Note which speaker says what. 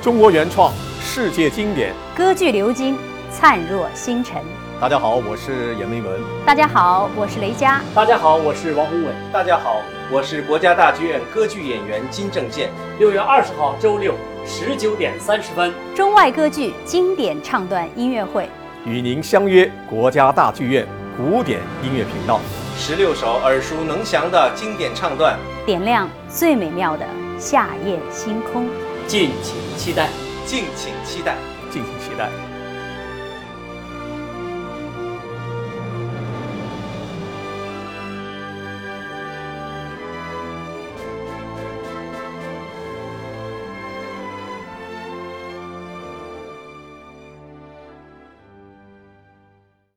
Speaker 1: 中国原创，世界经典。
Speaker 2: 歌剧流金，灿若星辰。
Speaker 1: 大家好，我是闫明文。
Speaker 2: 大家好，我是雷佳。
Speaker 3: 大家好，我是王宏伟。
Speaker 4: 大家好，我是国家大剧院歌剧演员金正健。
Speaker 3: 六月二十号周六十九点三十分，
Speaker 2: 中外歌剧经典唱段音乐会，
Speaker 1: 与您相约国家大剧院古典音乐频道。
Speaker 4: 十六首耳熟能详的经典唱段，
Speaker 2: 点亮最美妙的夏夜星空。
Speaker 3: 敬请期待。
Speaker 4: 敬请期待。
Speaker 1: 敬请期待。